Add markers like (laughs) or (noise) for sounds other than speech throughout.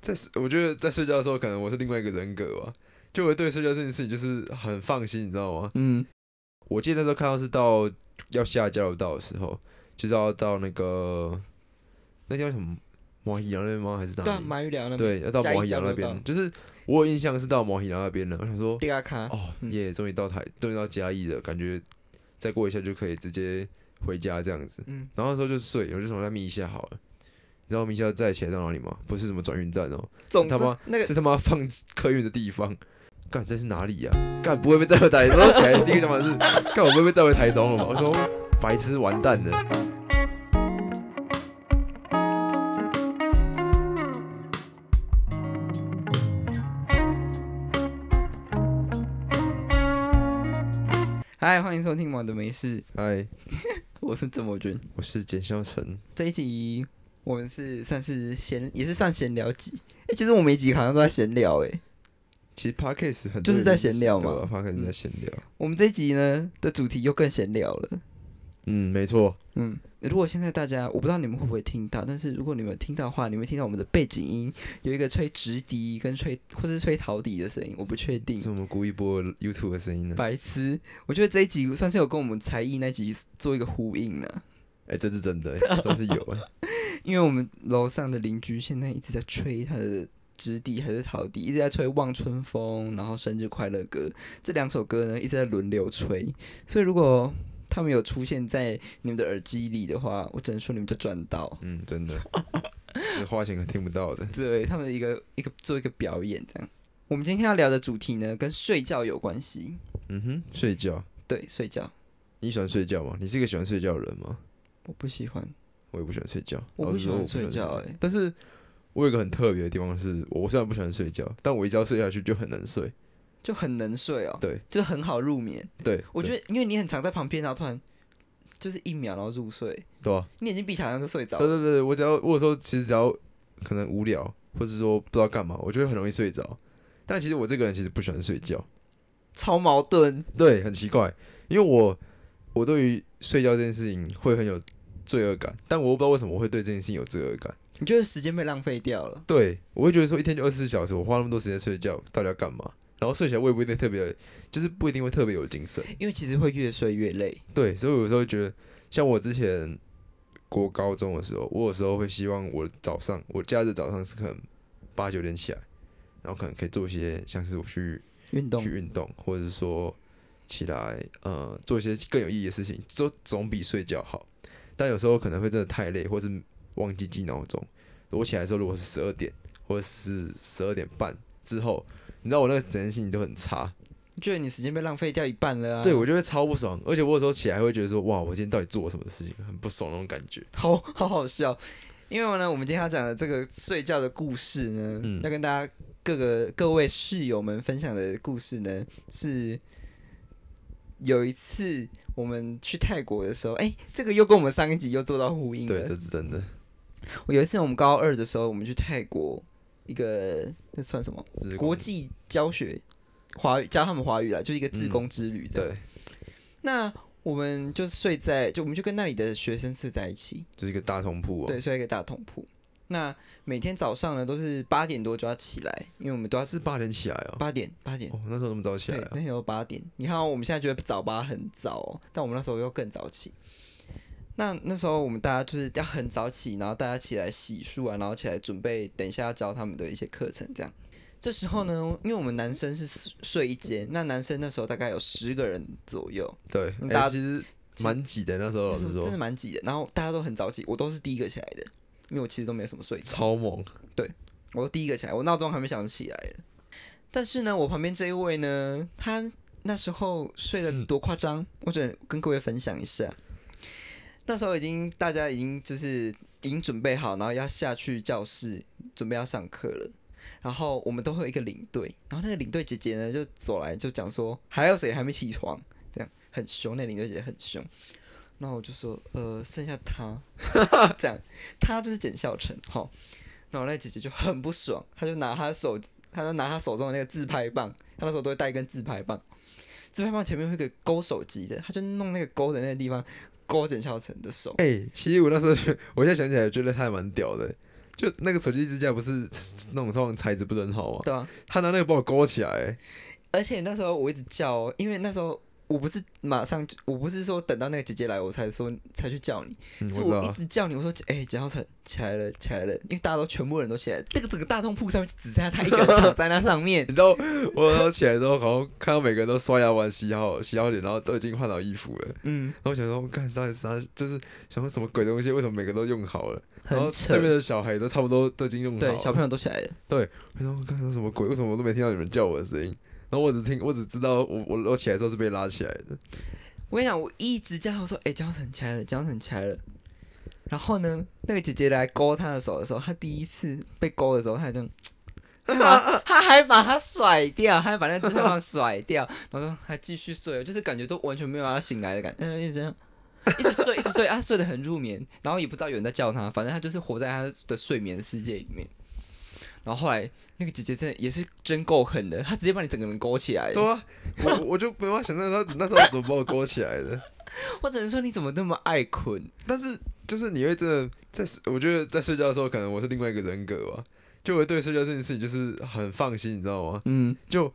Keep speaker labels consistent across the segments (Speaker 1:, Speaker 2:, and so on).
Speaker 1: 在我觉得在睡觉的时候，可能我是另外一个人格吧，就我对睡觉这件事情就是很放心，你知道吗？
Speaker 2: 嗯，
Speaker 1: 我记得那时候看到是到要下交流道的时候，就是要到那个那叫什么摩西洋那边吗？还是
Speaker 2: 对
Speaker 1: 哪
Speaker 2: 啊，
Speaker 1: 里？
Speaker 2: 马玉良那边
Speaker 1: 对，要到
Speaker 2: 嘉义
Speaker 1: 摩西洋
Speaker 2: 交
Speaker 1: 那
Speaker 2: 流道
Speaker 1: 边，就是我有印象是到摩西洋那边了。我想说，
Speaker 2: 第二卡，
Speaker 1: 哦
Speaker 2: 嗯
Speaker 1: 耶，终于到台，终于到嘉义了，感觉再过一下就可以直接回家这样子。
Speaker 2: 嗯，
Speaker 1: 然后那时候就睡，我就想再眯一下好了。你知道眯一下再起来到哪里吗？不是什么转运站哦，
Speaker 2: 总
Speaker 1: 他
Speaker 2: 之
Speaker 1: 妈
Speaker 2: 那个
Speaker 1: 是他妈放客运的地方。干这是哪里呀、干不会被载回台中？我起来第一个想法是，
Speaker 2: (laughs)
Speaker 1: 干我不会被载回台中了吗？我说白痴完蛋了。
Speaker 2: 嗨，欢迎收听《忙的没事》，
Speaker 1: 嗨，
Speaker 2: 我是郑博君。
Speaker 1: 哎我是简霄成。
Speaker 2: 这一集我们是算是闲，也是算闲聊集。哎、其实我每一集好像都在闲聊、哎，
Speaker 1: 其实 podcast 很多
Speaker 2: 就是在闲聊嘛嗯
Speaker 1: 对吧？podcast 在闲聊。
Speaker 2: 我们这一集呢的主题又更闲聊了。
Speaker 1: 嗯，没错。
Speaker 2: 嗯，如果现在大家，我不知道你们会不会听到，但是如果你们有听到的话，你们会听到我们的背景音有一个吹直笛跟吹或是吹陶笛的声音，我不确定
Speaker 1: 是。我们故意播 YouTube 的声音呢？
Speaker 2: 白痴，我觉得这一集算是有跟我们才艺那集做一个呼应呢、
Speaker 1: 哎、这是真的、
Speaker 2: (laughs)
Speaker 1: 欸，算是有、欸。
Speaker 2: 因为我们楼上的邻居现在一直在吹他的直笛还是陶笛，一直在吹《望春风》，然后《生日快乐歌》这两首歌呢，一直在轮流吹。所以如果他们有出现在你们的耳机里的话，我只能说你们就赚到。
Speaker 1: 嗯，真的，这花钱可听不到的。
Speaker 2: 对他们的一个一个做一个表演这样。我们今天要聊的主题呢，跟睡觉有关系。
Speaker 1: 嗯哼，睡觉，
Speaker 2: 对，睡觉
Speaker 1: 你喜欢睡觉吗？你是一个喜欢睡觉的人吗？
Speaker 2: 我不喜欢，
Speaker 1: 我也不喜欢睡觉，
Speaker 2: 我
Speaker 1: 老
Speaker 2: 不
Speaker 1: 实
Speaker 2: 喜
Speaker 1: 说
Speaker 2: 欢
Speaker 1: 我不喜
Speaker 2: 睡
Speaker 1: 欢
Speaker 2: 觉、欸。
Speaker 1: 但是我有一个很特别的地方是，我虽然不喜欢睡觉，但我一觉睡下去就很难睡。
Speaker 2: 就很能睡哦。
Speaker 1: 对，
Speaker 2: 就很好入眠。
Speaker 1: 对，
Speaker 2: 我觉
Speaker 1: 得
Speaker 2: 得，因为你很常在旁边，然后突然就是一秒，然后入睡，
Speaker 1: 对啊，
Speaker 2: 你眼睛闭起来，然后就睡着
Speaker 1: 对。对对，对我只要我有时候其实只要可能无聊，或是说不知道干嘛，我就会很容易睡着。但其实我这个人其实不喜欢睡觉，
Speaker 2: 超矛盾。
Speaker 1: 对，很奇怪，因为我我对于睡觉这件事情会很有罪恶感，但我又不知道为什么我会对这件事情有罪恶感。
Speaker 2: 你觉得时间被浪费掉了？
Speaker 1: 对，我会觉得说一天就二十四小时，我花那么多时间睡觉，到底要干嘛？然后睡起来我也不一定特别，就是不一定会特别有精神。
Speaker 2: 因为其实会越睡越累。
Speaker 1: 对，所以我有时候会觉得，像我之前过高中的时候，我有时候会希望我早上，我假日早上是可能八九点起来，然后可能可以做一些像是我去
Speaker 2: 运动
Speaker 1: 去运动，或者是说起来呃做一些更有意义的事情，都总比睡觉好。但有时候可能会真的太累，或是忘记记闹钟。我起来的时候如果是十二点或者是十二点半之后，你知道我那个整件心情就很差，
Speaker 2: 你觉得你时间被浪费掉一半了啊？
Speaker 1: 对我就会超不爽。而且我有时候起来会觉得说，哇，我今天到底做了什么事情，很不爽那种感觉。
Speaker 2: 好 (laughs) 好好笑。因为呢，我们今天要讲的这个睡觉的故事呢，
Speaker 1: 嗯
Speaker 2: 要跟大家各个各位室友们分享的故事呢，是有一次我们去泰国的时候，哎、这个又跟我们上一集又做到呼应
Speaker 1: 对，
Speaker 2: 了。
Speaker 1: 这是真的，
Speaker 2: 我有一次我们高二的时候，我们去泰国一个那算什么
Speaker 1: 这是
Speaker 2: 国际教学华语教他们华语啦，就是一个自工之旅这样。
Speaker 1: 对，
Speaker 2: 那我们就睡在，就我们就跟那里的学生睡在一起。
Speaker 1: 就是一个大通铺、哦。
Speaker 2: 对，睡一个大通铺。那每天早上呢，都是八点多就要起来，因为我们都要
Speaker 1: 是八点起来哦。
Speaker 2: 八点八点。
Speaker 1: 哦，那时候那么早起来
Speaker 2: 对，
Speaker 1: 啊？
Speaker 2: 那时候八点。你看、哦，我们现在觉得早八很早哦，但我们那时候又更早起。那那时候我们大家就是要很早起，然后大家起来洗漱啊，然后起来准备等一下要教他们的一些课程这样。这时候呢，
Speaker 1: 嗯
Speaker 2: 因为我们男生是睡睡一间，那男生那时候大概有十个人左右，
Speaker 1: 对，
Speaker 2: 嗯
Speaker 1: 哎
Speaker 2: 大家
Speaker 1: 其实蛮挤的。那时候老
Speaker 2: 那时
Speaker 1: 实
Speaker 2: 候
Speaker 1: 说
Speaker 2: 真，的蛮挤的。然后大家都很早起，我都是第一个起来的，因为我其实都没有什么睡觉。
Speaker 1: 超猛。
Speaker 2: 我第一个起来，我闹钟还没响起来了。但是呢，我旁边这一位呢，他那时候睡得多夸张，我只能跟各位分享一下。那时候已经大家已经就是已经准备好，然后要下去教室准备要上课了。然后我们都会有一个领队，然后那个领队姐姐呢就走来就讲说，还有谁还没起床？这样很凶，那领队姐姐很凶。然后我就说，呃，剩下他，这样，他就是简孝成，好，然后那姐姐就很不爽，她就拿她手，她就拿她手中的那个自拍棒，她那时候都会带一根自拍棒，自拍棒前面会有一个勾手机的，她就弄那个勾的那个地方勾简孝成的手，
Speaker 1: 哎、其实我那时候觉得，我现在想起来觉得他还蛮屌的，就那个手机支架不是那种通常材质不是很好吗？
Speaker 2: 对啊，
Speaker 1: 他拿那个把我勾起来、
Speaker 2: 而且那时候我一直叫哦，因为那时候我不是马上就，我不是说等到那个姐姐来我才说才去叫你，
Speaker 1: 嗯，
Speaker 2: 是
Speaker 1: 我知道
Speaker 2: 我一
Speaker 1: 啊，
Speaker 2: 直叫你，我说哎，蒋浩成起来了，起来了，因为大家都全部人都起来，那个整个大通铺上面只剩下他一个人躺在那上面
Speaker 1: 你，知道我早上起来之后，好像看到每个人都刷牙完、洗好、洗好脸，然后都已经换好衣服了。
Speaker 2: 嗯，
Speaker 1: 然后我想说，干啥啥，就是想说什么鬼东西，为什么每个都用好了？ (laughs) 然后
Speaker 2: 很扯
Speaker 1: 那边，的小孩都差不多都已经用好了。
Speaker 2: 对，小朋友都起来了，
Speaker 1: 我想说干啥什么鬼？为什么我都没听到你们叫我的声音？然后我只听，我只知道我我我起来的时候是被拉起来的。
Speaker 2: 我跟你讲，我一直叫他我说哎，蒋浩成起来了，蒋浩成起来了。然后呢，那个姐姐来勾他的手的时候，他第一次被勾的时候，他还这样，他还把他还把他甩掉，他还把那只黑棒甩掉，然后还继续睡，就是感觉都完全没有让他醒来的感觉，嗯，一直这样，一直睡，一直睡，啊，睡得很入眠，然后也不知道有人在叫他，反正他就是活在他的睡眠世界里面。然后后来那个姐姐真的也是真够狠的，她直接把你整个人勾起来。
Speaker 1: 对啊，我我就没办法想象他那时候怎么把我勾起来的。
Speaker 2: 我只能说你怎么那么爱困？
Speaker 1: 但是就是你会真的在睡，我觉得在睡觉的时候，可能我是另外一个人格吧。就我对睡觉这件事情就是很放心，你知道吗？
Speaker 2: 嗯，
Speaker 1: 就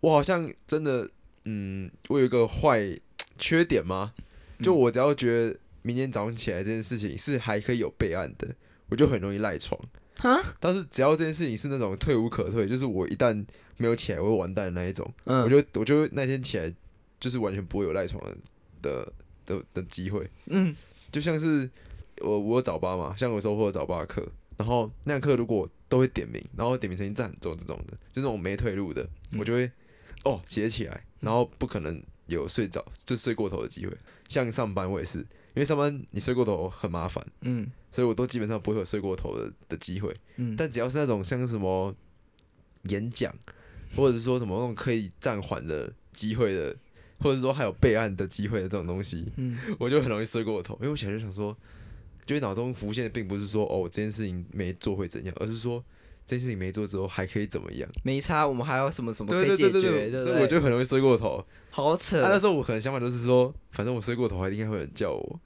Speaker 1: 我好像真的，嗯，我有一个坏缺点吗？就我只要觉得明天早上起来这件事情是还可以有备案的，我就很容易赖床。
Speaker 2: 啊？
Speaker 1: 但是只要这件事情是那种退无可退，就是我一旦没有起来，我会完蛋的那一种，
Speaker 2: 嗯，
Speaker 1: 我就我就那天起来就是完全不会有赖床的的的的机会。
Speaker 2: 嗯
Speaker 1: 就像是我我有早八嘛，像我有时候会有早八课，然后那堂课如果都会点名，然后点名声音占很重这种的，就那种没退路的，
Speaker 2: 嗯
Speaker 1: 我就会哦写起来，然后不可能有睡着就睡过头的机会。像上班我也是，因为上班你睡过头很麻烦，
Speaker 2: 嗯
Speaker 1: 所以我都基本上不会有睡过头的的机会。
Speaker 2: 嗯，
Speaker 1: 但只要是那种像什么演讲，或者是说什么那种可以暂缓的机会的，或者是说还有备案的机会的这种东西，
Speaker 2: 嗯
Speaker 1: 我就很容易睡过头，因为我起来就想说，就会脑中浮现的并不是说哦我这件事情没做会怎样，而是说这件事情没做之后还可以怎么样。
Speaker 2: 没差，我们还有什么什么可
Speaker 1: 对对
Speaker 2: 以解
Speaker 1: 对
Speaker 2: 决，
Speaker 1: 对
Speaker 2: 不
Speaker 1: 对，
Speaker 2: 对？呃
Speaker 1: 我就很容易睡过头。
Speaker 2: 好
Speaker 1: 啊，那
Speaker 2: 扯，
Speaker 1: 时候我可能想法就是说，反正我睡过头，还应该会有人叫我，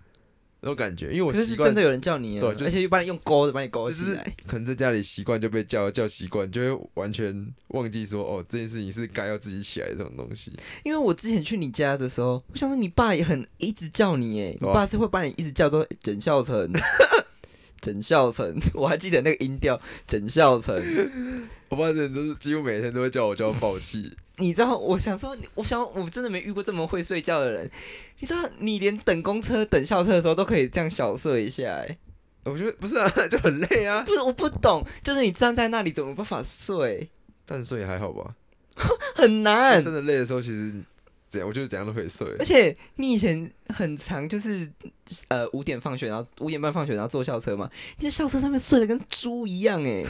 Speaker 1: 那种感觉，因为我
Speaker 2: 可是
Speaker 1: 习
Speaker 2: 是
Speaker 1: 惯
Speaker 2: 真的有人叫你啊，
Speaker 1: 对就是
Speaker 2: 而且又把你用勾的把你勾
Speaker 1: 就
Speaker 2: 起
Speaker 1: 是
Speaker 2: 来，
Speaker 1: (laughs) 可能在家里习惯就被叫叫习惯，就会完全忘记说哦这件事情是该要自己起来的这种东西。
Speaker 2: 因为我之前去你家的时候，我想说你爸也很一直叫你耶，你
Speaker 1: 对啊
Speaker 2: 爸是会把你一直叫做整孝成， (laughs) 整孝成，我还记得那个音调，整孝成。
Speaker 1: 我发现就是几乎每天都会叫我叫我爆 (laughs) 气，
Speaker 2: 你知道，我想说，我想我真的没遇过这么会睡觉的人。你知道，你连等公车、等校车的时候都可以这样小睡一下耶，
Speaker 1: 我觉得不是啊， (laughs) 就很累啊。
Speaker 2: 不是我不懂，就是你站在那里怎么有办法睡，
Speaker 1: 但睡还好吧？
Speaker 2: 很难。
Speaker 1: 真的累的时候，其实怎样，我觉得怎样都可以睡
Speaker 2: 而。且你以前很长，就是呃五点放学，然后五点半放学，然后坐校车嘛，你在校车上面睡得跟猪一样哎、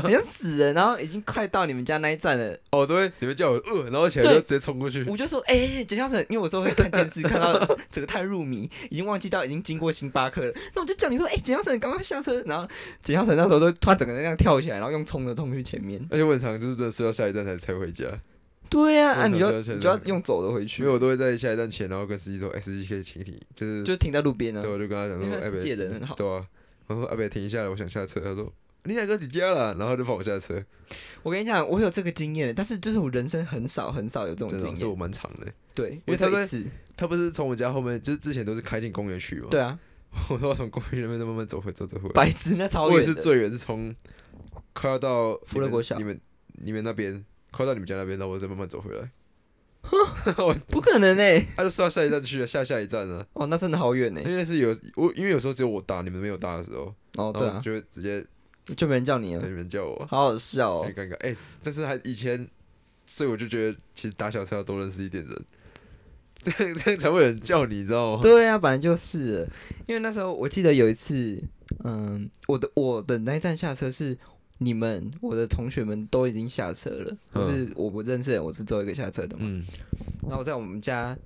Speaker 2: 好像死人，然后已经快到你们家那一站了，
Speaker 1: (laughs) 哦，对，你会叫我饿，然后起来就
Speaker 2: 对
Speaker 1: 直接冲过 (laughs) 去。
Speaker 2: 我就说哎、欸，简校车，因为我说会看电视，看到 (laughs) 整个太入迷，已经忘记到已经经过星巴克了，那我就叫你说哎、欸，简校车，你刚刚下车，然后简校车那时候都突然整个人那样跳起来，然后用冲的冲去前面，
Speaker 1: 而且我很常就是真的睡到下一站才才回家，
Speaker 2: 对啊，啊
Speaker 1: 我也
Speaker 2: 你
Speaker 1: 想
Speaker 2: 就
Speaker 1: 说现在
Speaker 2: 你就要用走的回去，
Speaker 1: 因为我都会在下一站前，然后跟司机说：“哎、司机可以请停。”就是，
Speaker 2: 就停在路边啊
Speaker 1: 对，，我就跟他讲
Speaker 2: 因
Speaker 1: 说：“
Speaker 2: 为
Speaker 1: 哎、
Speaker 2: 他
Speaker 1: 欸，
Speaker 2: 司机人很好
Speaker 1: 对啊，然后阿北停一下了，我想下车。他说：“你两个你家了。”然后就放我下车。
Speaker 2: 我跟你讲，我有这个经验，但是就是我人生很少很少有这种
Speaker 1: 真
Speaker 2: 经
Speaker 1: 的是我
Speaker 2: 验。
Speaker 1: 蛮长的。
Speaker 2: 对，
Speaker 1: 因为
Speaker 2: 我只有
Speaker 1: 他
Speaker 2: 一
Speaker 1: 在
Speaker 2: 次。
Speaker 1: 他不是从我家后面，就是之前都是开进公园去嘛。
Speaker 2: 对，啊，
Speaker 1: 我都要从公园那边再慢慢走回走走回来。
Speaker 2: 白痴，那超
Speaker 1: 我也
Speaker 2: 远
Speaker 1: 是
Speaker 2: 的。
Speaker 1: 最远是从快要到你
Speaker 2: 福乐
Speaker 1: 们
Speaker 2: 国小
Speaker 1: 你们你们那边，快到你们家那边，然后我再慢慢走回来。我
Speaker 2: 不可能哎、
Speaker 1: 他就说到下一站去了，下下一站啊，
Speaker 2: 哦，那真的好远哎、
Speaker 1: 因为是有我，因为有时候只有我搭，你们没有搭的时候，然后
Speaker 2: 哦，对
Speaker 1: 我
Speaker 2: 啊，
Speaker 1: 就会直接
Speaker 2: 就没人叫你
Speaker 1: 等
Speaker 2: 了，
Speaker 1: 你们叫我，啊
Speaker 2: 好好笑
Speaker 1: 很
Speaker 2: 哦。
Speaker 1: 尴尬。哎、但是还以前，所以我就觉得其实打小车要多认识一点人，这 (laughs) 样这样才会有人叫你，你知道吗？
Speaker 2: 对啊，本来就是了，因为那时候我记得有一次，嗯，我的我的那一站下车是你们我的同学们都已经下车了，
Speaker 1: 嗯
Speaker 2: 就是我不认识的人，我是最后一个下车的嘛。
Speaker 1: 嗯
Speaker 2: 然后我在我们家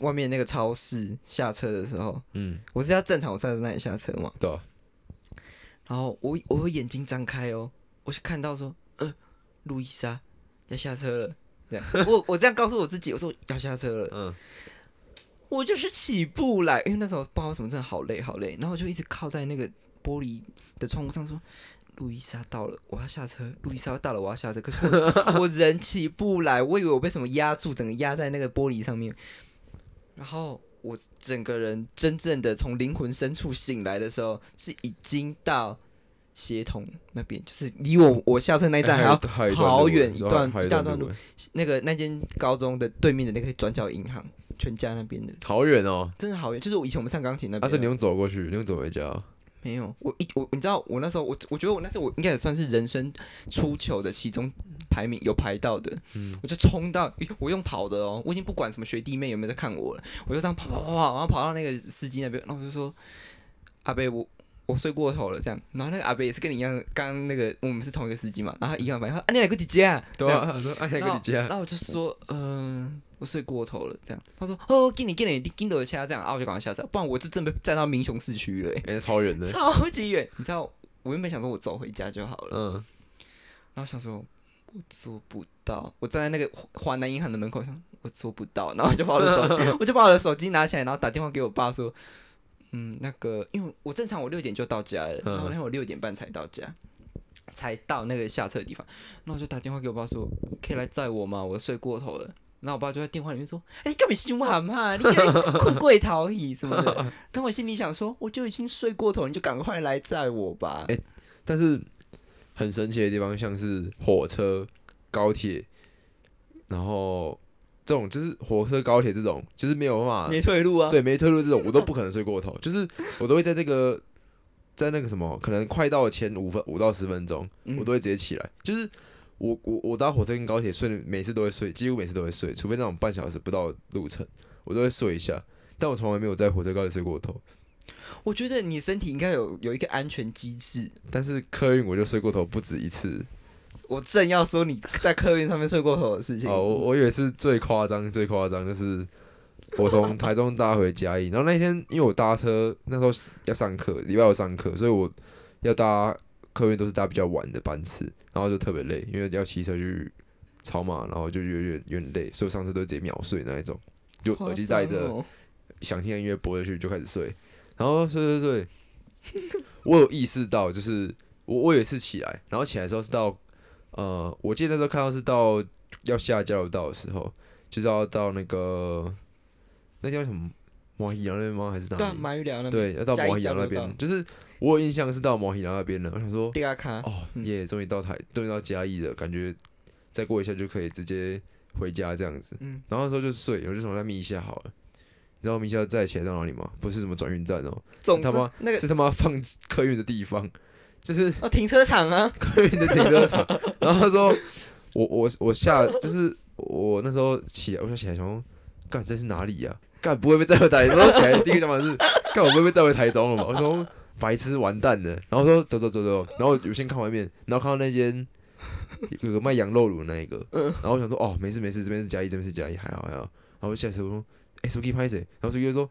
Speaker 2: 外面那个超市下车的时候，
Speaker 1: 嗯，
Speaker 2: 我是要正常我站在那里下车嘛，
Speaker 1: 对啊，
Speaker 2: 然后我我会眼睛张开哦，我就看到说，呃，路易莎要下车了。这样，我我这样告诉我自己，我说要下车了，
Speaker 1: 嗯，
Speaker 2: 哎我就是起步来，因为那时候不知道为什么真的好累好累，然后我就一直靠在那个玻璃的窗户上说：“路易莎到了，我要下车。路易莎到了，我要下车。”可是我 (laughs) 我人起不来，我以为我被什么压住，整个压在那个玻璃上面。然后我整个人真正的从灵魂深处醒来的时候，是已经到协同那边，就是离我我下车那一站还要
Speaker 1: 还有
Speaker 2: 好
Speaker 1: 路欸
Speaker 2: 远
Speaker 1: 你
Speaker 2: 一
Speaker 1: 知道
Speaker 2: 段
Speaker 1: 还有
Speaker 2: 一
Speaker 1: 一
Speaker 2: 大
Speaker 1: 段
Speaker 2: 段
Speaker 1: 路
Speaker 2: 路
Speaker 1: 欸，
Speaker 2: 那个那间高中的对面的那个转角银行，全家那边的，
Speaker 1: 好远哦。
Speaker 2: 真的好远。就是我以前我们上钢琴那
Speaker 1: 但
Speaker 2: 边
Speaker 1: 是你
Speaker 2: 啊，
Speaker 1: 用走过去，你用走回家哦，
Speaker 2: 没有我一我你知道我那时候我我觉得我那时候我应该也算是人生出糗的其中排名有排到的，
Speaker 1: 嗯
Speaker 2: 我就冲到我用跑的哦，我已经不管什么学弟妹有没有在看我了，我就这样跑跑跑跑，然后跑到那个司机那边，然后我就说阿贝我。我睡过头了，这样，然后那个阿贝也是跟你一样，刚刚那个我们是同一个司机嘛，然后他一样反应，他说啊你来个姐姐啊，
Speaker 1: 对啊，说哎
Speaker 2: 然
Speaker 1: 跟
Speaker 2: 后
Speaker 1: 你家
Speaker 2: 然，后我就说，嗯、我睡过头了，这样。他说，哦，给你给你你给你我掐这样，啊，我就赶快下车，不然我就真被载到民雄市区了、欸，
Speaker 1: 哎超远的，
Speaker 2: 超级远。你知道，我原本想说我走回家就好了，
Speaker 1: 嗯，
Speaker 2: 然后想说我做不到，我站在那个华华南银行的门口想我做不到，然后我就把我的 (laughs) 手，我就把我的手机拿起来，然后打电话给我爸说。嗯，那个，因为我正常我六点就到家了，
Speaker 1: 嗯
Speaker 2: 然后那天我六点半才到家，才到那个下车的地方，那我就打电话给我爸说，可以来载我吗？我睡过头了。然后我爸就在电话里面说：“哎、你干嘛凶喊嘛？你困跪逃逸什么 (laughs) 的。”然后我心里想说：“我就已经睡过头，你就赶快来载我吧。
Speaker 1: 哎但是很神奇的地方，像是火车、高铁，然后这种就是火车、高铁这种，就是没有办法
Speaker 2: 没退路啊！
Speaker 1: (laughs) 对，没退路这种，我都不可能睡过头，就是我都会在这个在那个什么，可能快到前五分五到十分钟，
Speaker 2: 嗯
Speaker 1: 我都会直接起来。就是我我我搭火车跟高铁睡的，每次都会睡，几乎每次都会睡，除非那种半小时不到路程，我都会睡一下。但我从来没有在火车高铁睡过头，
Speaker 2: 我觉得你身体应该有有一个安全机制。
Speaker 1: 但是客运我就睡过头不止一次。
Speaker 2: 我正要说你在客运上面睡过头的事情。
Speaker 1: 哦，我
Speaker 2: (laughs)
Speaker 1: 我以为是最夸张，最夸张就是我从台中搭回嘉义，然后那天因为我搭车那时候要上课，礼拜六上课，所以我要搭客运都是搭比较晚的班次，然后就特别累，因为要骑车去超马，然后就有点有点累，所以我上车都直接秒睡那一种，就
Speaker 2: 夸张哦
Speaker 1: 耳机戴着，想听的音乐播下去就开始睡，然后睡睡睡， (laughs) 我有意识到，就是我我有一次起来，然后起来的时候是到呃，我记得那时候看到是到要下交流道的时候，就是要到那个那叫什么毛喜洋那边吗？还是
Speaker 2: 对
Speaker 1: 哪
Speaker 2: 啊，
Speaker 1: 里？
Speaker 2: 马玉良那边
Speaker 1: 对，要到
Speaker 2: 嘉义
Speaker 1: 毛喜洋那
Speaker 2: 交流道
Speaker 1: 边，就是我有印象是到毛喜洋那边了。我想说，
Speaker 2: 第二卡，
Speaker 1: 哦，耶，终于到台，终于到嘉义了，感觉再过一下就可以直接回家这样子。
Speaker 2: 嗯
Speaker 1: 然后那时候就睡，我就想再眯一下好了。你知道眯一下再起来到哪里吗？不是什么转运站哦，
Speaker 2: 总
Speaker 1: 是
Speaker 2: 之
Speaker 1: 他妈
Speaker 2: 那个
Speaker 1: 是他妈放 (laughs) 客运的地方，就是
Speaker 2: 哦停车场啊，
Speaker 1: 客运的停车场。然后他说，我我我下就是我那时候起来，我想起来想说，干这是哪里呀、干不会被载回台中？然后起来第一个想法是， (laughs) 干我不会被载回台中了吧？我说白痴完蛋了。然后说走走走走，然后有先看外面，然后看到那间有个卖羊肉炉的那一个，然后我想说哦没事没事，这边是嘉义，这边是嘉义，还好还好。然后我下车我说，哎、手机拍谁？然后手机就说，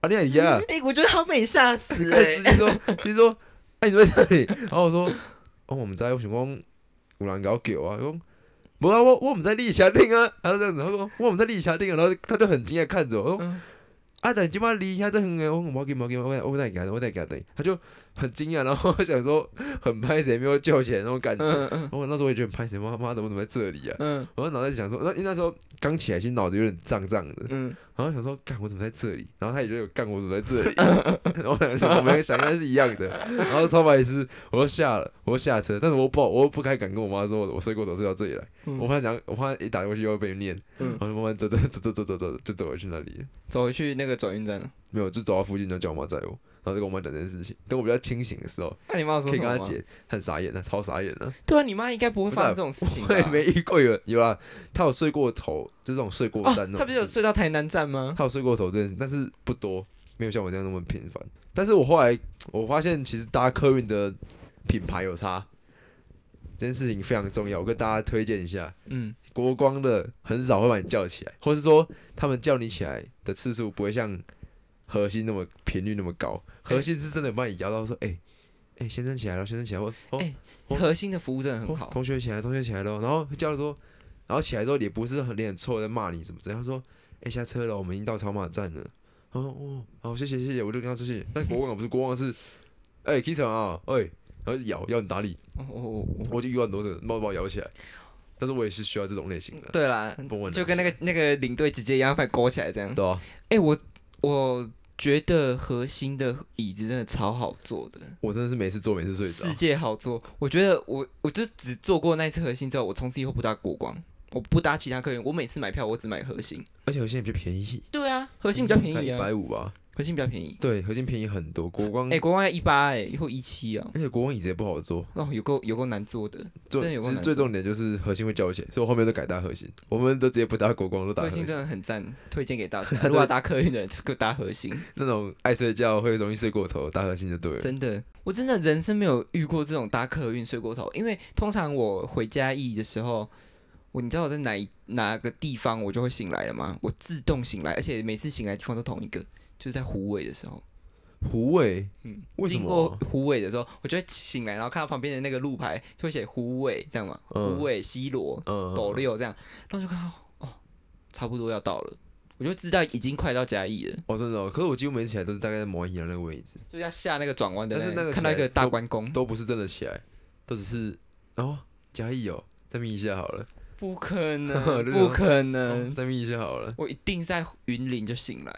Speaker 1: 啊你呀、
Speaker 2: (laughs)
Speaker 1: 啊。
Speaker 2: 哎、我觉得他被你吓死欸了、
Speaker 1: 哎，司机说，司机说，哎、你怎么在这里？然后我说，哦，我们在，我想讲，有人搞狗啊，他说，不啊，我我们在立霞定啊，他就这样子，他说，我们在立霞定啊，然后他就很惊讶看着我，我说
Speaker 2: 嗯
Speaker 1: 啊，但今晚离下这很远，我冇给冇给我我带你给他，我带你给他等，他就很惊讶，然后想说很拍谁没有救起来那种感觉，
Speaker 2: 嗯嗯
Speaker 1: 我那时候也觉得很拍谁，妈妈的我怎么在这里啊？
Speaker 2: 嗯
Speaker 1: 我脑袋想说，那因为那时候刚起来，其实脑子有点胀胀的，
Speaker 2: 嗯，
Speaker 1: 然后想说，干我怎么在这里？然后他也觉得有干我怎么在这里？然后我两个我们想象是一样的。然后超白痴，我又下了，我又下车，但是我不好，我又不该敢跟我妈说，我睡过头睡到这里来，
Speaker 2: 嗯
Speaker 1: 我怕想，我怕一打过去又会被念，
Speaker 2: 嗯
Speaker 1: 然后慢慢走走走走走走走，就走回去那里了，
Speaker 2: 走回去那个转运站了。
Speaker 1: 没有，就走到附近就叫我妈载我。然后就跟我妈讲这件事情，等我比较清醒的时候，
Speaker 2: 那、你妈有
Speaker 1: 可
Speaker 2: 说
Speaker 1: 以
Speaker 2: 什
Speaker 1: 跟
Speaker 2: 么
Speaker 1: 她
Speaker 2: 吗？
Speaker 1: 姐，很傻眼的、超傻眼的、
Speaker 2: 对啊，你妈应该不会
Speaker 1: 不是啊
Speaker 2: 发生这种事情吧
Speaker 1: 我？也没遇过有有啦，她有睡过头，就这种睡过
Speaker 2: 哦
Speaker 1: 站那种事情、，
Speaker 2: 她不是有睡到台南
Speaker 1: (laughs)
Speaker 2: 站吗？
Speaker 1: 他有睡过头这件事，但是不多，没有像我这样那么频繁。但是我后来我发现，其实搭客运的品牌有差，这件事情非常重要。我跟大家推荐一下，
Speaker 2: 嗯，
Speaker 1: 国光的很少会把你叫起来，或是说他们叫你起来的次数不会像核心那么频率那么高。核心是真的把你摇到说，哎、哎、先生起来了，先生起来了，哦，
Speaker 2: 哎
Speaker 1: 哦
Speaker 2: 核心的服务真的很好。
Speaker 1: 同学起来，同学起来喽。然后叫说，然后起来之后也不是很脸很臭在骂你什么之类。他说：“哎、下车了，我啊们已经到草马站了。”他说：“哦，好，谢谢谢谢。”我就跟他说：“谢谢。”但国王不是国王是哎、起床啊，哎、然后就咬咬你哪里，
Speaker 2: 哦哦哦，
Speaker 1: 我就遇到很多人猫把我咬起来，但是我也是需要这种类型的，
Speaker 2: 对啦，
Speaker 1: 不问
Speaker 2: 就跟那
Speaker 1: 个
Speaker 2: 个那个领队直接一样，把你勾起来这样。
Speaker 1: 对啊，
Speaker 2: 哎、我我觉得核心的椅子真的超好坐的，
Speaker 1: 我真的是每次做每次睡
Speaker 2: 世
Speaker 1: 着，
Speaker 2: 界好坐。我觉得我我就只坐过那一次核心之后，我从此以后不搭国光，我不搭其他客源，我每次买票我只买核心。
Speaker 1: 而且核心也比较便宜，
Speaker 2: 对啊，核心比较便宜
Speaker 1: 一
Speaker 2: 啊
Speaker 1: 百，五吧，
Speaker 2: 核心比较便宜。
Speaker 1: 对，核心便宜很多，国光，
Speaker 2: 哎、国光要一八哎，或一七啊，
Speaker 1: 而且国光椅子也不好坐，
Speaker 2: 哦，有够有够难坐的，
Speaker 1: 最
Speaker 2: 真的有够
Speaker 1: 其实
Speaker 2: 难
Speaker 1: 最
Speaker 2: 做
Speaker 1: 重点就是核心会叫不起来，所以我后面都改搭核心，我们都直接不搭国光，都打
Speaker 2: 核
Speaker 1: 核
Speaker 2: 心
Speaker 1: 心。
Speaker 2: 真的很赞，推荐给
Speaker 1: (laughs)
Speaker 2: 大家。如果要搭客运的人，就搭核心。
Speaker 1: 那种爱睡觉会容易睡过头，搭核心就对了。
Speaker 2: 真的，我真的人生没有遇过这种搭客运睡过头，因为通常我回家义的时候，我你知道我在哪一哪个地方我就会醒来了吗？我自动醒来，而且每次醒来的地方都同一个，就是在虎尾的时候，
Speaker 1: 虎尾，
Speaker 2: 嗯，
Speaker 1: 为什
Speaker 2: 经
Speaker 1: 么
Speaker 2: 过
Speaker 1: 啊
Speaker 2: 虎尾的时候，我就会醒来，然后看到旁边的那个路牌就会写虎尾，这样嘛，
Speaker 1: 嗯
Speaker 2: 虎尾西罗
Speaker 1: 嗯，
Speaker 2: 斗六这样，然后就看到哦，差不多要到了，我就知道已经快到嘉义了，
Speaker 1: 哦，真的、哦，可是我几乎每次起来都是大概在模一样那个位置，
Speaker 2: 就要下那个转弯的、
Speaker 1: 但是那个
Speaker 2: 看到一
Speaker 1: 起来
Speaker 2: 个大
Speaker 1: 都
Speaker 2: 关公，
Speaker 1: 都不是真的起来，都只是哦，嘉义哦，再眯一下好了，
Speaker 2: 不可
Speaker 1: 我
Speaker 2: 能，
Speaker 1: (laughs) 就
Speaker 2: 不
Speaker 1: 想
Speaker 2: 可
Speaker 1: 哦
Speaker 2: 能，
Speaker 1: 再眯一下好了。
Speaker 2: 我一定在云林就醒来。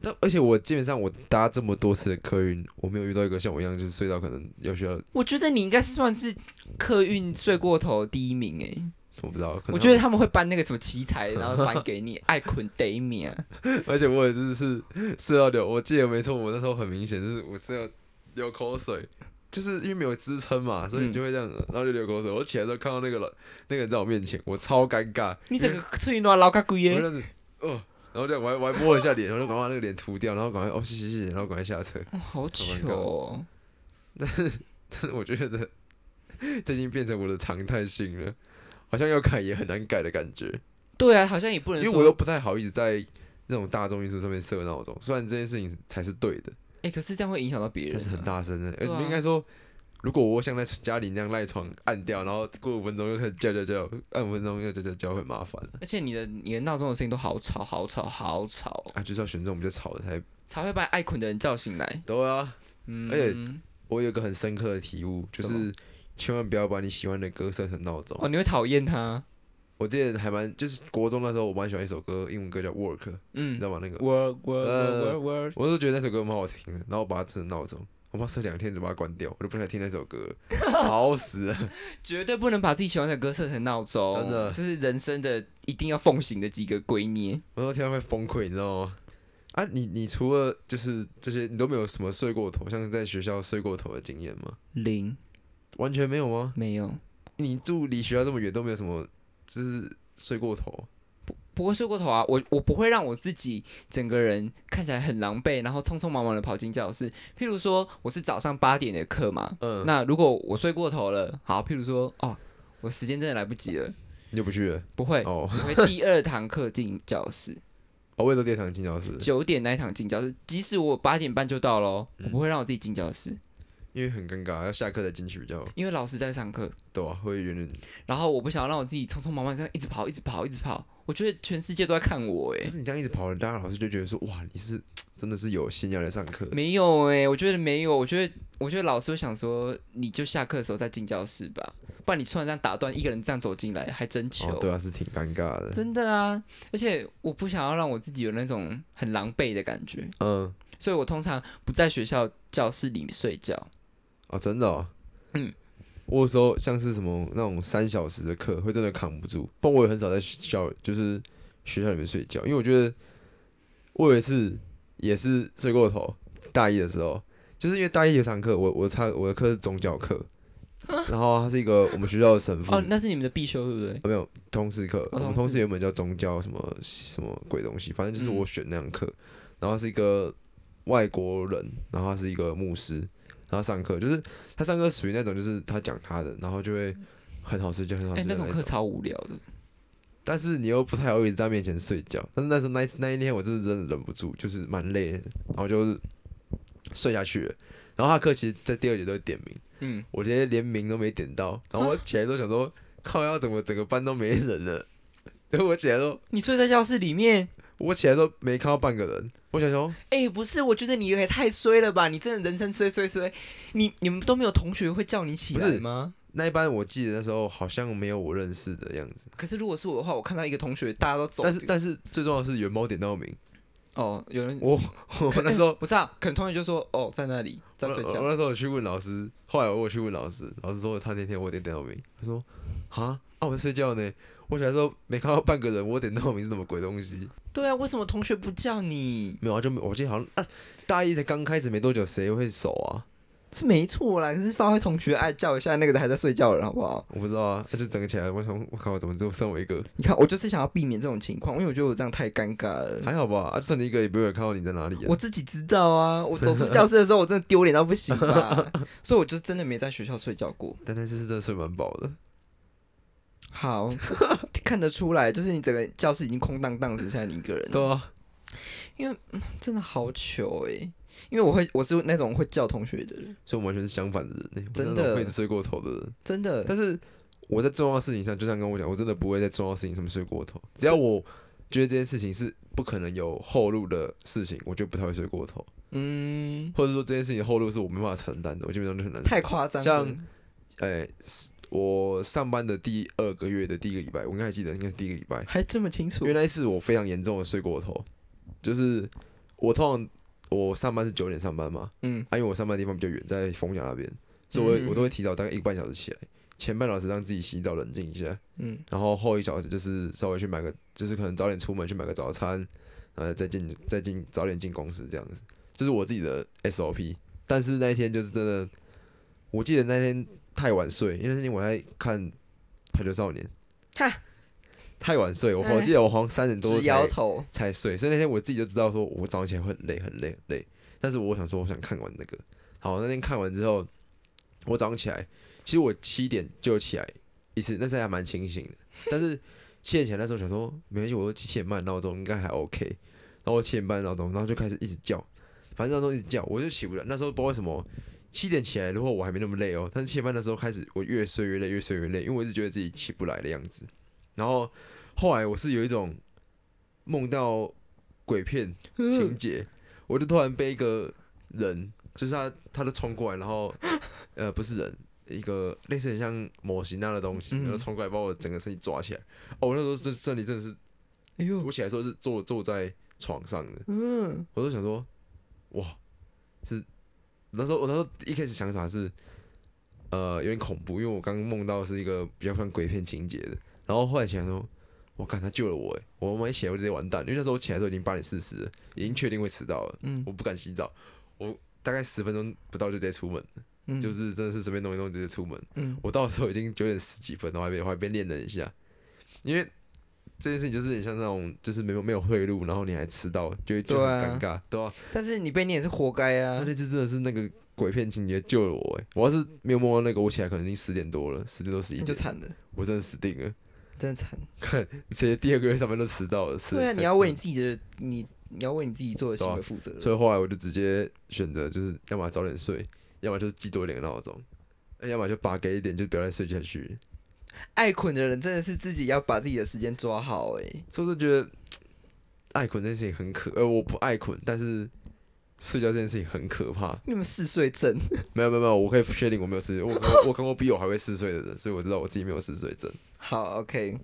Speaker 1: 但而且我基本上我搭这么多次的客运，我没有遇到一个像我一样就是睡到可能要需要，
Speaker 2: 我觉得你应该是算是客运睡过头第一名诶，
Speaker 1: 我不知道，可能
Speaker 2: 我觉得他们会颁那个什么奇 (laughs) 才，然后颁给你爱困 day 米啊，
Speaker 1: 而且我也真的是睡到流，我记得没错，我那时候很明显就是我真的流口水，就是因为没有支撑嘛，所以你就会这样，然后就流口水。我起来之后看到那个人，那个人在我面前，我超尴尬，
Speaker 2: 你整个翠暖老咖鬼
Speaker 1: 我就这样
Speaker 2: 耶，
Speaker 1: 子，哦，然后这样我还我还摸了一下脸，然后就赶快把那个脸涂掉，然后赶快哦谢谢谢谢，然后赶快下车。 (laughs)
Speaker 2: 哦好糗哦。
Speaker 1: 但是我觉得这已经变成我的常态性了，好像要改也很难改的感觉。
Speaker 2: 对啊，好像也不能
Speaker 1: 因为
Speaker 2: 说，
Speaker 1: 我又不太好一直在那种大众运输上面设闹钟，虽然这件事情才是对的，
Speaker 2: 哎、可是这样会影响到别人、
Speaker 1: 但是很。大声的，而
Speaker 2: 对啊
Speaker 1: 应该说，如果我像在家里那样赖床按掉，然后过五分钟又开始叫叫叫，按五分钟又叫叫叫，很麻烦
Speaker 2: 而且你的你的闹钟的声音都好吵，好吵，好吵哦，
Speaker 1: 啊，就是要选这种比较吵的才
Speaker 2: 才会把爱困的人叫醒来。
Speaker 1: 对啊。
Speaker 2: 嗯，
Speaker 1: 而且我有一个很深刻的体悟，就
Speaker 2: 什
Speaker 1: 是千万不要把你喜欢的歌设成闹钟。
Speaker 2: 哦，你会讨厌他。
Speaker 1: 我之前还蛮就是国中那时候，我蛮喜欢一首歌，英文歌叫《Work》，你
Speaker 2: 嗯
Speaker 1: 知，道吗？那个
Speaker 2: 我我我我我
Speaker 1: 我是觉得那首歌蛮好听的，然后我把它设成闹钟，我妈设两天就把它关掉，我就不想听那首歌了， (laughs) 吵死了。
Speaker 2: 绝对不能把自己喜欢的歌设成闹钟，
Speaker 1: 真的
Speaker 2: 这是人生的一定要奉行的几个规捏。
Speaker 1: 我都听到会崩溃，你知道吗？啊，你你除了就是这些，你都没有什么睡过头，像在学校睡过头的经验吗？
Speaker 2: 零
Speaker 1: 完全没有吗？
Speaker 2: 没有，
Speaker 1: 你住离学校这么远，都没有什么就是睡过头，
Speaker 2: 不会睡过头啊！我我不会让我自己整个人看起来很狼狈，然后匆匆忙忙的跑进教室。譬如说，我是早上八点的课嘛，
Speaker 1: 嗯
Speaker 2: 那如果我睡过头了，好，譬如说，哦，我时间真的来不及了，
Speaker 1: 你就不去了
Speaker 2: 不会，
Speaker 1: 哦。
Speaker 2: 我会第二堂课进教室，
Speaker 1: 哦，我也都练堂进教室，
Speaker 2: 九点那一堂进教室，即使我八点半就到喽，
Speaker 1: 嗯
Speaker 2: 我不会让我自己进教室，
Speaker 1: 因为很尴尬，要下课才进去比较
Speaker 2: 因为老师在上课。
Speaker 1: 对啊，会有点。
Speaker 2: 然后我不想要让我自己匆匆忙忙这样一直跑，一直跑，一直跑。我觉得全世界都在看我欸
Speaker 1: 可
Speaker 2: 诶，
Speaker 1: 是你这样一直跑，大家老师就觉得说，哇，你是真的是有心要来上课。
Speaker 2: 没有诶，我觉得没有，我觉得我觉得老师会想说，你就下课的时候再进教室吧，不然你突然这样打断一个人这样走进来，还真糗。
Speaker 1: 哦，对啊，是挺尴尬的。
Speaker 2: 真的啊，而且我不想要让我自己有那种很狼狈的感觉，
Speaker 1: 嗯，
Speaker 2: 所以我通常不在学校教室里睡觉。
Speaker 1: 哦，真的、哦。
Speaker 2: 嗯，
Speaker 1: 我有时候像是什么那种三小时的课，会真的扛不住。不然我也很少在学校，就是学校里面睡觉，因为我觉得我有一次也是睡过头。大一的时候，就是因为大一有堂课，我我差我的课是宗教课，
Speaker 2: (laughs)
Speaker 1: 然后他是一个我们学校的神父。
Speaker 2: 哦，那是你们的必修对不对？
Speaker 1: 哦没有通识课，我
Speaker 2: 同
Speaker 1: 们
Speaker 2: 事
Speaker 1: 通识原本叫宗教什么什么鬼东西，反正就是
Speaker 2: 嗯
Speaker 1: 我选那堂课，然后他是一个外国人，然后他是一个牧师，然后上课就是他上课属于那种就是他讲他的，然后就会很好睡觉，很好
Speaker 2: 哎、
Speaker 1: 睡觉
Speaker 2: 那种
Speaker 1: 一
Speaker 2: 课超无聊的。
Speaker 1: 但是你又不太好意思在他面前睡觉。但是那时候那一那一天我真的真的忍不住，就是蛮累的，然后就是睡下去了。然后他课其实在第二节都会点名，
Speaker 2: 嗯，
Speaker 1: 我直接连名都没点到，然后我起来都想 (laughs) 说，靠，要怎么整个班都没人了？所以我起来都
Speaker 2: 你睡在教室里面，
Speaker 1: 我起来都没看到半个人，我想说，
Speaker 2: 哎、不是，我觉得你也太衰了吧！你真的人生衰衰衰，你你们都没有同学会叫你起来
Speaker 1: 不是
Speaker 2: 吗？
Speaker 1: 那一班我记得那时候好像没有我认识的样子，
Speaker 2: 可是如果是我的话，我看到一个同学大家都走，
Speaker 1: 但是但是最重要的是元猫点到名， (laughs)
Speaker 2: 哦，有人
Speaker 1: 我我那时候呃
Speaker 2: 不是啊，可能同学就说哦，在那里 (laughs) 在
Speaker 1: 我
Speaker 2: 睡
Speaker 1: 我
Speaker 2: 觉，
Speaker 1: 那时候有去问老师，后来我有去问老师，老师说他那天我点到名，他说啊啊我在睡觉呢，我起来的时候没看到半个人，我点到名是什么鬼东西？
Speaker 2: 对啊，为什么同学不叫你？
Speaker 1: 没有啊，就没我记得好像啊大一才刚开始没多久，谁会熟啊？
Speaker 2: 是没错啦，可是发挥同学爱叫一下那个还在睡觉的人，好不好？
Speaker 1: 我不知道啊，那就整个起来，我想我靠，怎么只有剩我一个？
Speaker 2: 你看，我就是想要避免这种情况，因为我觉得我这样太尴尬了。
Speaker 1: 还好吧，啊就剩你一个也不会有人看到你在哪里、啊。
Speaker 2: 我自己知道啊，我
Speaker 1: (laughs)
Speaker 2: 走出教室的时候，我真的丢脸到不行吧，所以我就真的没在学校睡觉过。
Speaker 1: 但那次是真的睡蛮饱的，
Speaker 2: 嗯 (laughs) 好，看得出来，就是你整个教室已经空荡荡，只剩下你一个人，
Speaker 1: 对啊，
Speaker 2: 真的好糗哎、因为我会，我是那种会叫同学的人，
Speaker 1: 所以我们完全是相反的人、欸，我
Speaker 2: 真的
Speaker 1: 是那种会一直睡过头的人。
Speaker 2: 真的。
Speaker 1: 但是我在重要的事情上，就像跟我讲，我真的不会在重要的事情上面睡过
Speaker 2: 嗯
Speaker 1: 头。只要我觉得这件事情是不可能有后路的事情，我就不太会睡过头，
Speaker 2: 嗯，
Speaker 1: 或者说这件事情的后路是我没办法承担的，我基本上就很难睡。
Speaker 2: 太夸张了。
Speaker 1: 像哎、我上班的第二个月的第一个礼拜，我应该还记得，应该是第一个礼拜，
Speaker 2: 还这么清楚
Speaker 1: 因为，那一次我非常严重的睡过头，就是我通常我上班是九点上班嘛，
Speaker 2: 嗯，
Speaker 1: 啊，因为我上班的地方比较远，在逢甲那边，所以我会、
Speaker 2: 嗯
Speaker 1: 我都会提早大概一个半小时起来，前半小时让自己洗澡冷静一下，
Speaker 2: 嗯，
Speaker 1: 然后后一小时就是稍微去买个，就是可能早点出门去买个早餐，呃，再进再进早点进公司这样子，这是我自己的 SOP。但是那一天就是真的，我记得那天太晚睡，因为那天我在看《排球少年》，
Speaker 2: 哈，
Speaker 1: 太晚睡，我我记得我好像三点多
Speaker 2: 直
Speaker 1: 才
Speaker 2: 摇头。
Speaker 1: 才睡，所以那天我自己就知道说，我早上起来会很累，很累，很累。但是我想说，我想看完那个。好，那天看完之后，我早上起来，其实我七点就起来一次，那时候还蛮清醒的。 (laughs) 但是七点前那时候想说，没关系，我七点半闹钟应该还 OK。然后我七点半闹钟，然后就开始一直叫，反正闹钟一直叫，我就起不来。那时候不知道为什么。七点起来，如果我还没那么累哦，但是七点半的时候开始，我越睡越累，越睡越累，因为我一直觉得自己起不来的样子。然后后来我是有一种梦到鬼片
Speaker 2: 嗯
Speaker 1: 情节，我就突然被一个人，就是他，他就冲过来，然后 (laughs) 呃不是人，一个类似很像模型那样的东西，
Speaker 2: 嗯
Speaker 1: 然后冲过来把我整个身体抓起来。哦，我那时候这身体真的是，
Speaker 2: 哎呦，
Speaker 1: 我起来的时候是坐坐在床上的，
Speaker 2: 嗯，
Speaker 1: 我就想说，哇，是那时候我那时候一开始想法是，呃，有点恐怖，因为我刚梦到是一个比较像鬼片情节的，然后后来起来说，我看他救了我，欸我万一起来我直接完蛋，因为那时候我起来的时候已经八点四十了，已经确定会迟到了，
Speaker 2: 嗯
Speaker 1: 我不敢洗澡，我大概十分钟不到就直接出门，
Speaker 2: 嗯
Speaker 1: 就是真的是随便弄一弄就直接出门，
Speaker 2: 嗯
Speaker 1: 我到的时候已经九点十几分，然后还被我还被练了一下，因为这件事情就是很像那种，就是没有没有退路，然后你还迟到，就会就很
Speaker 2: 对啊
Speaker 1: 尴尬，对吧、
Speaker 2: 但是你被你也是活该
Speaker 1: 啊？
Speaker 2: 啊
Speaker 1: 那。次真的是那个鬼片情节救了我、欸，我要是没有梦到那个，我起来可能已经十点多了，十点多十一
Speaker 2: 那
Speaker 1: 点，
Speaker 2: 就惨了，
Speaker 1: 我真的死定了。 (laughs)
Speaker 2: 真的惨。
Speaker 1: 看，直接第二个月上班都迟到了，是
Speaker 2: 对啊，
Speaker 1: 太
Speaker 2: 你要为你
Speaker 1: 惨
Speaker 2: 自己的你，你要为你自己做的行
Speaker 1: 对
Speaker 2: 为
Speaker 1: 啊
Speaker 2: 负责
Speaker 1: 了，。所以后来我就直接选择就是要么早点睡，要么就是记多一点个闹钟，哎要么就拔给一点，就不要再睡下去。
Speaker 2: 爱捆的人真的是自己要把自己的时间抓好哎、
Speaker 1: 所以我就觉得哎爱捆这件事情很可，呃，我不爱捆，但是睡觉这件事情很可怕。
Speaker 2: 你们嗜睡症，
Speaker 1: 没有没有没有，我可以确定我没有嗜，我我我看过比我还会嗜睡的人，所以我知道我自己没有嗜睡症。
Speaker 2: 好 OK，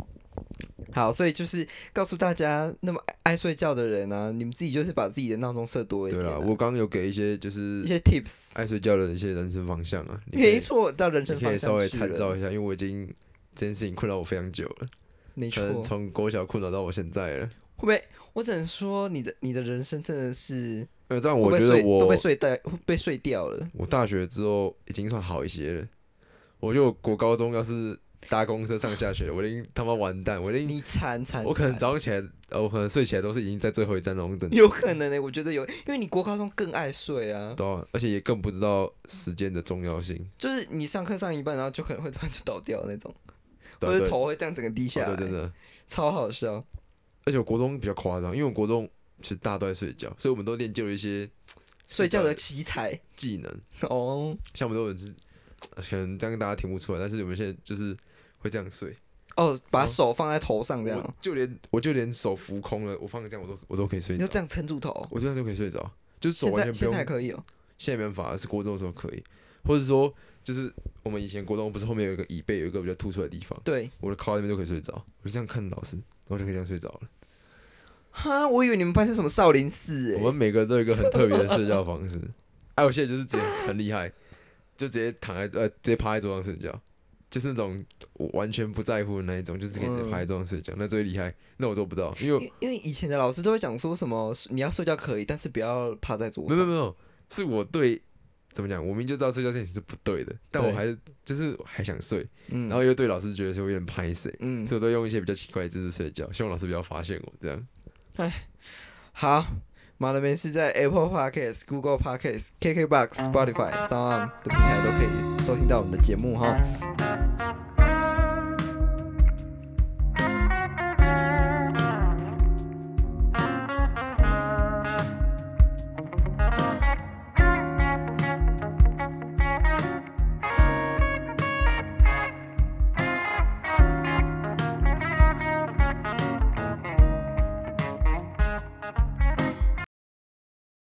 Speaker 2: 好，所以就是告诉大家，那么爱爱睡觉的人啊，你们自己就是把自己的闹钟设多一
Speaker 1: 对啊
Speaker 2: 点、啊
Speaker 1: 啦，我刚刚有给一些就是
Speaker 2: 一些 tips，
Speaker 1: 爱睡觉的人一些人生方向啊，你可以
Speaker 2: 没错，到人生
Speaker 1: 你可
Speaker 2: 方
Speaker 1: 以稍
Speaker 2: 向
Speaker 1: 微
Speaker 2: 去了
Speaker 1: 参照，一下，因为我已经这件事情困扰我非常久了，
Speaker 2: 没
Speaker 1: 可能
Speaker 2: 错。
Speaker 1: 从国小困扰到我现在了。
Speaker 2: 会不会？我只能说，你的你的人生真的是
Speaker 1: 呃，但
Speaker 2: 会
Speaker 1: 我
Speaker 2: 被
Speaker 1: 觉得
Speaker 2: 睡
Speaker 1: 我
Speaker 2: 都被睡掉，会被睡掉了。
Speaker 1: 我大学之后已经算好一些了。我觉得我国高中要是搭公车上下学，我已经他妈完蛋，我已经
Speaker 2: 你惨惨，
Speaker 1: 我可能
Speaker 2: 惨
Speaker 1: 早上起来，呃，我可能睡起来都是已经在最后一站龙等，
Speaker 2: 有可能呢、欸我觉得有，因为你国高中更爱睡啊，
Speaker 1: 对啊、而且也更不知道时间的重要性，
Speaker 2: 就是你上课上一半，然后就可能会突然就倒掉那种，
Speaker 1: 对
Speaker 2: 或
Speaker 1: 啊
Speaker 2: 者
Speaker 1: 对
Speaker 2: 头会这样整个低下
Speaker 1: 哦
Speaker 2: 来，
Speaker 1: 对，真的。
Speaker 2: 超好笑。
Speaker 1: 而且我国中比较夸张，因为我国中其实大家都在睡觉，所以我们都练就了一些
Speaker 2: 睡觉的奇才
Speaker 1: 技能，
Speaker 2: 哦
Speaker 1: 像我们都有人是，呃可能这样大家听不出来，但是我们现在就是会这样睡，
Speaker 2: 哦，把手放在头上这样
Speaker 1: 我
Speaker 2: 哦，
Speaker 1: 就连我就连手浮空了，我放个这样我都我都可以睡
Speaker 2: 你
Speaker 1: 着
Speaker 2: 就，这样撑住头。
Speaker 1: 我这样就可以睡着，就是手
Speaker 2: 现
Speaker 1: 完全
Speaker 2: 在
Speaker 1: 不
Speaker 2: 现
Speaker 1: 用
Speaker 2: 在还可以哦，
Speaker 1: 现在没办法，是国中的时候可以，或者说就是我们以前国中不是后面有一个椅背有一个比较突出来的地方，
Speaker 2: 对，
Speaker 1: 我的靠在那边就可以睡着，我就这样看老师，然后就可以这样睡着了。
Speaker 2: 哈，我以为你们班是什么少林寺
Speaker 1: 我
Speaker 2: 哎，
Speaker 1: 们每个都有一个很特别的睡觉方
Speaker 2: (laughs)
Speaker 1: 式，哎、我现在就是直接很厉害，就直接躺在呃直接趴在桌上睡觉，就是那种我完全不在乎的那一种，就是可以直接
Speaker 2: 嗯
Speaker 1: 趴在桌上睡觉，那最厉害。那我做不到，因为我
Speaker 2: 因因为以前的老师都会讲说什么你要睡觉可以，但是不要趴在桌
Speaker 1: 没有没有
Speaker 2: 上。
Speaker 1: 没有，是我对怎么讲，我明明就知道睡觉这件事情是不对的，但我
Speaker 2: 对
Speaker 1: 还是就是还想睡，
Speaker 2: 嗯
Speaker 1: 然后又对老师觉得说有点拍谁，
Speaker 2: 嗯，
Speaker 1: 所以我都用一些比较奇怪的姿势睡觉，希望老师不要发现我这样。
Speaker 2: 好，马德梅是在 Apple Podcast、Google Podcast、KKBox、Spotify、s o n 的平台都可以收听到我们的节目哈。